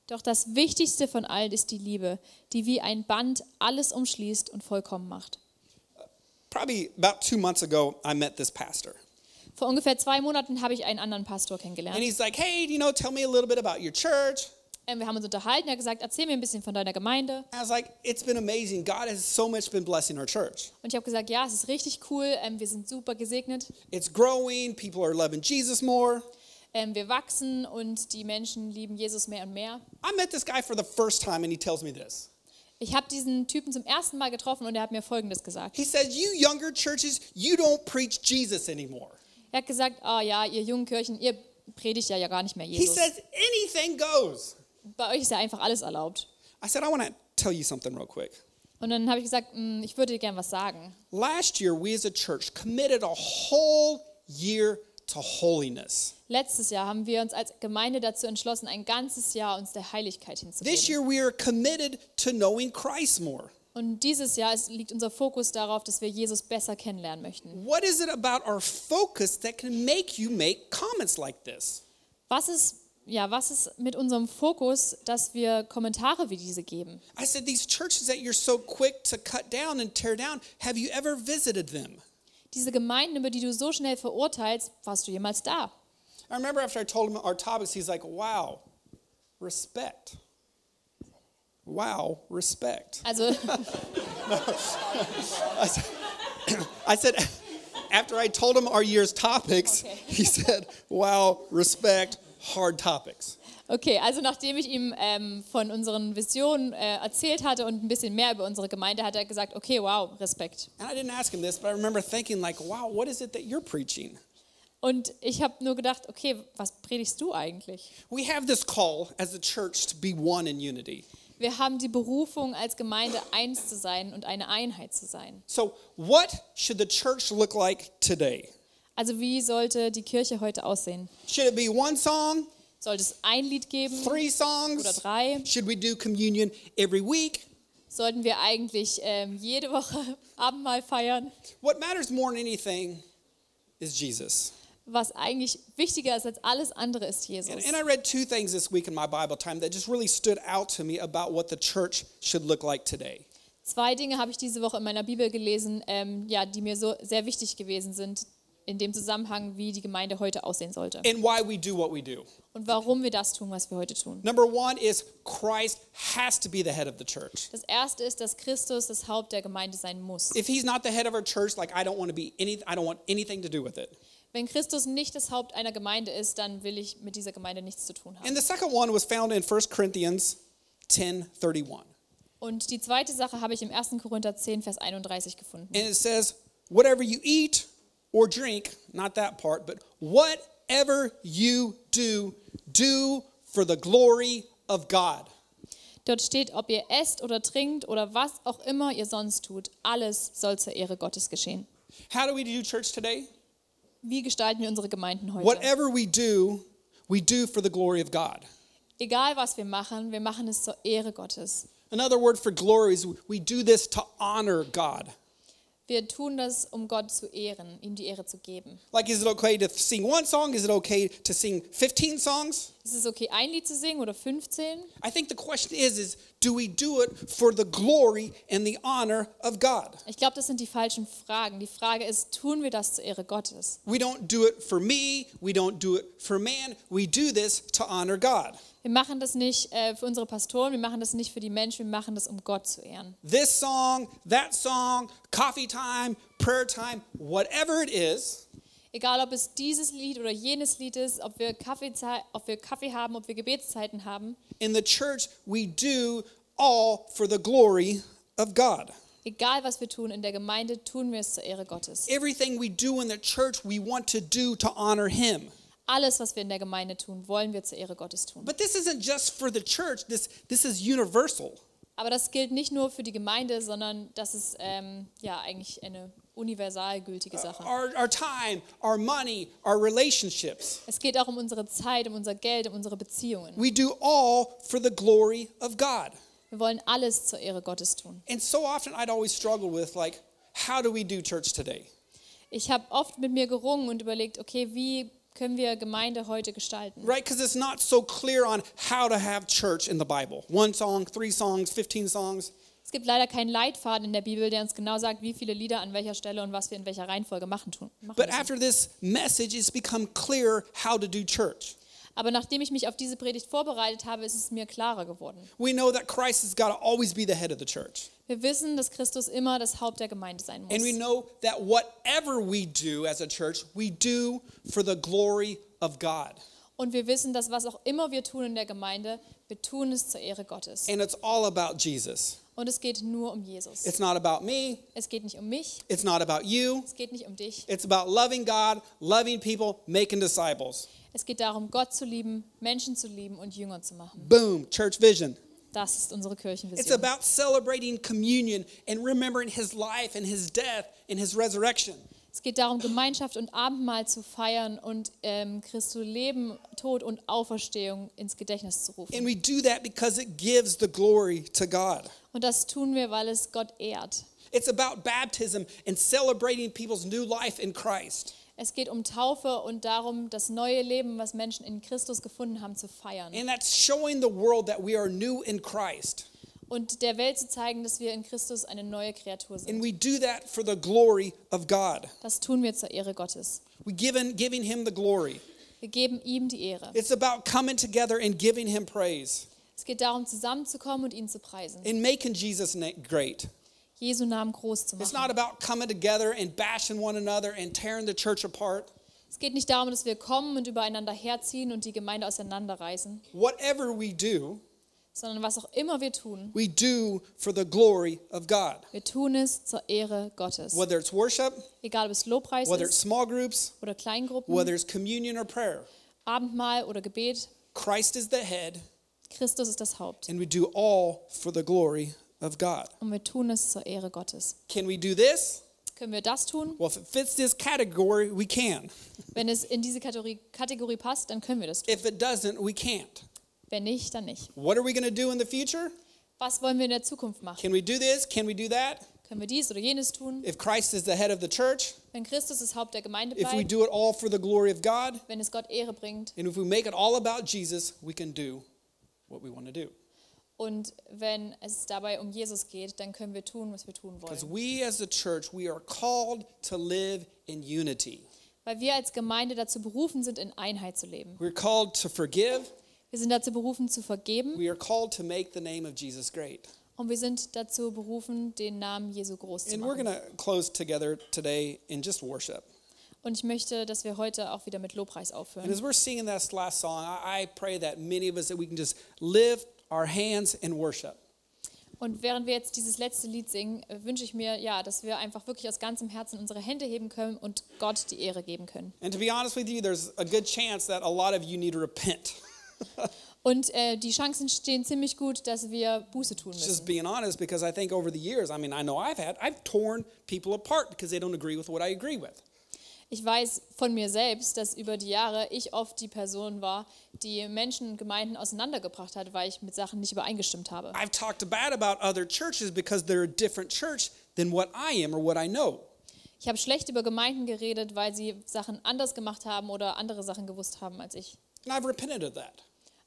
Speaker 2: Doch das Wichtigste von all ist die Liebe, die wie ein Band alles umschließt und vollkommen macht.
Speaker 1: Probably about two months ago, I met this pastor.
Speaker 2: Vor ungefähr zwei Monaten habe ich einen anderen Pastor
Speaker 1: And
Speaker 2: kennengelernt.
Speaker 1: he's like, hey, you know, tell me a little bit about your church.
Speaker 2: Ähm, Wir haben uns unterhalten, er hat gesagt, erzähl mir ein bisschen von deiner Gemeinde.
Speaker 1: I was like, it's been amazing. God has so much been blessing our church.
Speaker 2: Und ich habe gesagt, ja, es ist richtig cool, ähm, wir sind super gesegnet,
Speaker 1: It's growing. People are loving Jesus more.
Speaker 2: ähm, wir wachsen und die Menschen lieben Jesus mehr und mehr.
Speaker 1: I met this guy for the first time and he tells me this.
Speaker 2: Ich habe diesen Typen zum ersten Mal getroffen und er hat mir Folgendes gesagt.
Speaker 1: He says, You younger churches, you don't preach Jesus anymore.
Speaker 2: Er hat gesagt, ah ja, ihr jungen Kirchen, ihr predigt ja, ja gar nicht mehr
Speaker 1: He
Speaker 2: Jesus.
Speaker 1: says, Anything goes.
Speaker 2: Bei euch ist ja einfach alles erlaubt.
Speaker 1: I said, I want to tell you something real quick.
Speaker 2: Und dann habe ich gesagt, "Hm, ich würde dir gern was sagen.
Speaker 1: Last year, we as a church committed a whole year to holiness.
Speaker 2: Letztes Jahr haben wir uns als Gemeinde dazu entschlossen, ein ganzes Jahr uns der Heiligkeit
Speaker 1: This
Speaker 2: hinzugeben.
Speaker 1: year, we are committed to knowing Christ more.
Speaker 2: Und dieses Jahr ist, liegt unser Fokus darauf, dass wir Jesus besser kennenlernen möchten.
Speaker 1: What is it about our focus that can make you make comments like this?
Speaker 2: Was ist, ja, was ist mit unserem Fokus, dass wir Kommentare wie diese geben?
Speaker 1: I said, These churches that you're so quick to cut down and tear down, have you ever visited them?
Speaker 2: Diese Gemeinden, über die du so schnell verurteilst, warst du jemals da?
Speaker 1: I remember after I told him our topics, he's like, wow, respect. Wow, respect.
Speaker 2: Also
Speaker 1: I said, I said, (coughs) after I told him our year's topics,
Speaker 2: Okay.
Speaker 1: (laughs) he said, wow, respect, hard topics.
Speaker 2: Okay, also nachdem ich ihm ähm, von unseren Visionen äh, erzählt hatte und ein bisschen mehr über unsere Gemeinde, hat er gesagt, okay, wow, Respekt.
Speaker 1: And I didn't ask him this, but I remember thinking, like, wow, what is it that you're preaching?
Speaker 2: Und ich habe nur gedacht, okay, was predigst du eigentlich?
Speaker 1: We have this call as a church to be one in unity.
Speaker 2: Wir haben die Berufung, als Gemeinde eins zu sein und eine Einheit zu sein.
Speaker 1: So, what should the church look like today?
Speaker 2: Also wie sollte die Kirche heute aussehen?
Speaker 1: Should it be one song,
Speaker 2: Sollte es ein Lied geben?
Speaker 1: three songs?
Speaker 2: Oder drei?
Speaker 1: Should we do communion every week?
Speaker 2: Sollten wir eigentlich ähm, jede Woche (laughs) Abendmahl feiern?
Speaker 1: What matters more than anything is Jesus.
Speaker 2: Was eigentlich wichtiger ist als alles andere ist Jesus.
Speaker 1: And, and I read two things this week in my Bible time that just really stood out to me about what the church should look like today.
Speaker 2: Zwei Dinge habe ich diese Woche in meiner Bibel gelesen, ähm, ja, die mir so sehr wichtig gewesen sind in dem Zusammenhang, wie die Gemeinde heute aussehen sollte
Speaker 1: And why we do what we do.
Speaker 2: und warum wir das tun, was wir heute tun.
Speaker 1: Number one is Christ has to be the head of the church.
Speaker 2: Das erste ist, dass Christus das Haupt der Gemeinde sein muss.
Speaker 1: If he's not the head of our church, like I don't want to be any, I don't want anything to do with it.
Speaker 2: Wenn Christus nicht das Haupt einer Gemeinde ist, dann will ich mit dieser Gemeinde nichts zu tun haben.
Speaker 1: And the second one was found in 1 Corinthians 10 31.
Speaker 2: Und die zweite Sache habe ich im 1. Korinther 10, Vers 31 gefunden.
Speaker 1: And it says, whatever you eat or drink, not that part, but whatever you do, do for the glory of God.
Speaker 2: Dort steht, ob ihr esst oder trinkt oder was auch immer ihr sonst tut, alles soll zur Ehre Gottes geschehen.
Speaker 1: How do we do church today?
Speaker 2: Wie gestalten wir unsere Gemeinden heute?
Speaker 1: Whatever we do, we do for the glory of God.
Speaker 2: Egal was wir machen, wir machen es zur Ehre Gottes.
Speaker 1: Another word for glory is we do this to honor God.
Speaker 2: Wir tun das, um Gott zu ehren, ihm die Ehre zu geben.
Speaker 1: Like, is it okay to sing one song? Is it okay to sing 15 songs?
Speaker 2: Ist es okay, ein Lied zu singen oder 15?
Speaker 1: I think the question is, is do we do it for the glory and the honor of God?
Speaker 2: Ich glaube, das sind die falschen Fragen. Die Frage ist, tun wir das zur Ehre Gottes?
Speaker 1: We don't do it for me. We don't do it for man. We do this to honor God.
Speaker 2: Wir machen das nicht äh, für unsere Pastoren, wir machen das nicht für die Menschen, wir machen das, um Gott zu ehren.
Speaker 1: This song, that song, coffee time, prayer time, whatever it is,
Speaker 2: Egal, ob es dieses Lied oder jenes Lied ist, ob wir, Kaffeezei- ob wir Kaffee haben, ob wir Gebetszeiten haben.
Speaker 1: in the church, we do all for the glory of God.
Speaker 2: Egal, was wir tun in der Gemeinde, tun wir es zur Ehre Gottes.
Speaker 1: Everything we do in the church, we want to do to honor Him.
Speaker 2: Alles, was wir in der Gemeinde tun, wollen wir zur Ehre Gottes tun.
Speaker 1: But this isn't just for the church, this, this is universal.
Speaker 2: Aber das gilt nicht nur für die Gemeinde, sondern das ist ähm, ja eigentlich eine universal gültige Sache.
Speaker 1: Our, our time, our money, our relationships.
Speaker 2: Es geht auch um unsere Zeit, um unser Geld, um unsere Beziehungen.
Speaker 1: We do all for the glory of God.
Speaker 2: Wir wollen alles zur Ehre Gottes tun.
Speaker 1: And so often I'd always struggle with, like, how do we do church today?
Speaker 2: Ich habe oft mit mir gerungen und überlegt, okay, wie können wir Gemeinde heute gestalten?
Speaker 1: Right? Because it's not so clear on how to have church in the Bible. One song, three songs, 15 songs.
Speaker 2: Es gibt leider keinen Leitfaden in der Bibel, der uns genau sagt, wie viele Lieder an welcher Stelle und was wir in welcher Reihenfolge machen tun. Machen
Speaker 1: But
Speaker 2: müssen.
Speaker 1: after this message, it's become clear how to do church.
Speaker 2: Aber nachdem ich mich auf diese Predigt vorbereitet habe, ist es mir klarer geworden.
Speaker 1: We know that Christ has got to always be the head of the church.
Speaker 2: Wir wissen, dass Christus immer das Haupt der Gemeinde sein
Speaker 1: And we
Speaker 2: muss.
Speaker 1: know that whatever we do as a church, we do for the glory of God.
Speaker 2: Und wir wissen, dass was auch immer wir tun in der Gemeinde, wir tun es zur Ehre Gottes.
Speaker 1: And it's all about Jesus.
Speaker 2: Und es geht nur um Jesus.
Speaker 1: It's not about me,
Speaker 2: Es geht nicht um mich,
Speaker 1: it's not about you.
Speaker 2: es geht nicht um dich.
Speaker 1: It's about loving God, loving people, making disciples.
Speaker 2: Es geht darum, Gott zu lieben, Menschen zu lieben und Jünger zu machen.
Speaker 1: Boom, church vision.
Speaker 2: Das ist unsere
Speaker 1: It's
Speaker 2: Kirchenvision.
Speaker 1: about celebrating communion and remembering his life and his death and his resurrection.
Speaker 2: Es geht darum, Gemeinschaft und Abendmahl zu feiern und ähm, Christus Leben, Tod und Auferstehung ins Gedächtnis zu
Speaker 1: And
Speaker 2: rufen.
Speaker 1: we do that because it gives the glory to God.
Speaker 2: Und das tun wir, weil es Gott ehrt.
Speaker 1: It's about baptism and celebrating people's new life in Christ.
Speaker 2: Es geht um Taufe und darum, das neue Leben, was Menschen in Christus gefunden haben, zu feiern.
Speaker 1: And that's showing the world that we are new in Christ.
Speaker 2: Und der Welt zu zeigen, dass wir in Christus eine neue Kreatur
Speaker 1: And
Speaker 2: sind.
Speaker 1: we do that for the glory of God.
Speaker 2: Das tun wir zur Ehre Gottes.
Speaker 1: We given giving him the glory.
Speaker 2: Wir geben ihm die Ehre.
Speaker 1: It's about coming together and giving him praise
Speaker 2: Es geht darum, zusammenzukommen und ihn zu preisen.
Speaker 1: and making Jesus na- great.
Speaker 2: Jesu Namen groß zu
Speaker 1: It's
Speaker 2: machen.
Speaker 1: not about coming together and bashing one another and tearing the church apart.
Speaker 2: Es geht nicht darum, dass wir kommen und übereinander herziehen und die Gemeinde auseinanderreißen,
Speaker 1: Whatever we do,
Speaker 2: sondern was auch immer wir tun,
Speaker 1: we do for the glory of God.
Speaker 2: wir tun es zur Ehre Gottes.
Speaker 1: Whether it's worship,
Speaker 2: Egal ob es Lobpreis
Speaker 1: whether it's
Speaker 2: ist
Speaker 1: small groups,
Speaker 2: oder Kleingruppen,
Speaker 1: whether it's communion or prayer,
Speaker 2: Abendmahl oder Gebet,
Speaker 1: Christ is the head,
Speaker 2: Christus ist das Haupt.
Speaker 1: and we do all for the glory of God.
Speaker 2: Und wir tun es zur Ehre Gottes.
Speaker 1: Can we do this?
Speaker 2: Können wir das tun?
Speaker 1: Well, if it fits this category, we can.
Speaker 2: Wenn es in diese Kategorie, Kategorie passt, dann können wir das tun.
Speaker 1: If it doesn't, we can't.
Speaker 2: Wenn nicht, dann nicht.
Speaker 1: What are we going to do in the future?
Speaker 2: Was wollen wir in der Zukunft machen?
Speaker 1: Can we do this? Can we do that?
Speaker 2: Können wir dies oder jenes tun?
Speaker 1: If Christ is the head of the church,
Speaker 2: Wenn Christus das Haupt der Gemeinde
Speaker 1: if we
Speaker 2: bleibt,
Speaker 1: do it all for the glory of God,
Speaker 2: wenn es Gott Ehre bringt
Speaker 1: and if we make it all about Jesus, we can do what we want to do.
Speaker 2: und wenn es dabei um Jesus geht, dann können wir tun, was wir tun
Speaker 1: Because
Speaker 2: wollen.
Speaker 1: we as a church, we are called to live in unity.
Speaker 2: Weil wir als Gemeinde dazu berufen sind, in Einheit zu leben.
Speaker 1: We're called to forgive.
Speaker 2: Wir sind dazu berufen, zu vergeben
Speaker 1: We are called to make the name of Jesus great.
Speaker 2: und wir sind dazu berufen, den Namen Jesu groß zu
Speaker 1: And we're
Speaker 2: machen.
Speaker 1: going to close together today in just worship.
Speaker 2: Und ich möchte, dass wir heute auch wieder mit Lobpreis
Speaker 1: And
Speaker 2: aufhören.
Speaker 1: as we're singing this last song, I, I pray that many of us that we can just lift our hands in worship.
Speaker 2: Und während wir jetzt dieses letzte Lied singen, äh, wünsche ich mir, ja, dass wir einfach wirklich aus ganzem Herzen unsere Hände heben können und Gott die Ehre geben können.
Speaker 1: And to be honest with you, there's a good chance that a lot of you need to repent.
Speaker 2: Und äh, die Chancen stehen ziemlich gut, dass wir Buße tun
Speaker 1: Just
Speaker 2: müssen.
Speaker 1: being honest, because I think over the years, I mean, I know I've had, I've torn people apart because they don't agree with what I agree with.
Speaker 2: Ich weiß von mir selbst, dass über die Jahre ich oft die Person war, die Menschen und Gemeinden auseinandergebracht hat, weil ich mit Sachen nicht übereingestimmt habe.
Speaker 1: I've talked bad about other churches because they're a different church than what I am or what I know.
Speaker 2: Ich habe schlecht über Gemeinden geredet, weil sie Sachen anders gemacht haben oder andere Sachen gewusst haben als ich.
Speaker 1: And I've repented of that.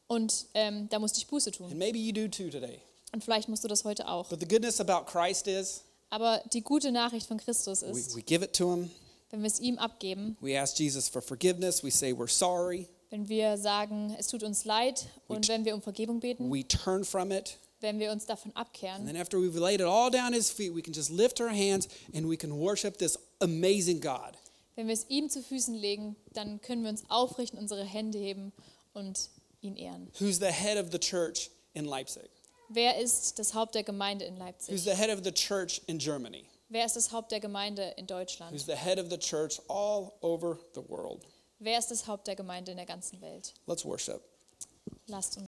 Speaker 2: Und ähm, da musste ich Buße tun.
Speaker 1: And maybe you do too today.
Speaker 2: Und vielleicht musst du das heute auch.
Speaker 1: But the goodness about Christ is
Speaker 2: Aber die gute Nachricht von Christus
Speaker 1: we,
Speaker 2: ist,
Speaker 1: we give it to him.
Speaker 2: wenn wir es ihm abgeben,
Speaker 1: We ask Jesus for forgiveness. We say we're sorry.
Speaker 2: wenn wir sagen, es tut uns leid und wenn wir um Vergebung beten,
Speaker 1: We turn from it.
Speaker 2: wenn wir uns davon
Speaker 1: And
Speaker 2: abkehren,
Speaker 1: then after we've laid it all down at his feet, we can just lift our hands and we can worship this amazing God.
Speaker 2: wenn wir es ihm zu Füßen legen, dann können wir uns aufrichten, unsere Hände heben und ihn ehren.
Speaker 1: who's the head of the church in Leipzig,
Speaker 2: Wer ist das Haupt der Gemeinde in
Speaker 1: who's
Speaker 2: Leipzig?
Speaker 1: the head of the church in Germany,
Speaker 2: Wer ist das Haupt der Gemeinde in
Speaker 1: who's
Speaker 2: Deutschland?
Speaker 1: the head of the church all over the world.
Speaker 2: Wer ist das Haupt der Gemeinde in der ganzen Welt?
Speaker 1: Let's worship.
Speaker 2: Lasst uns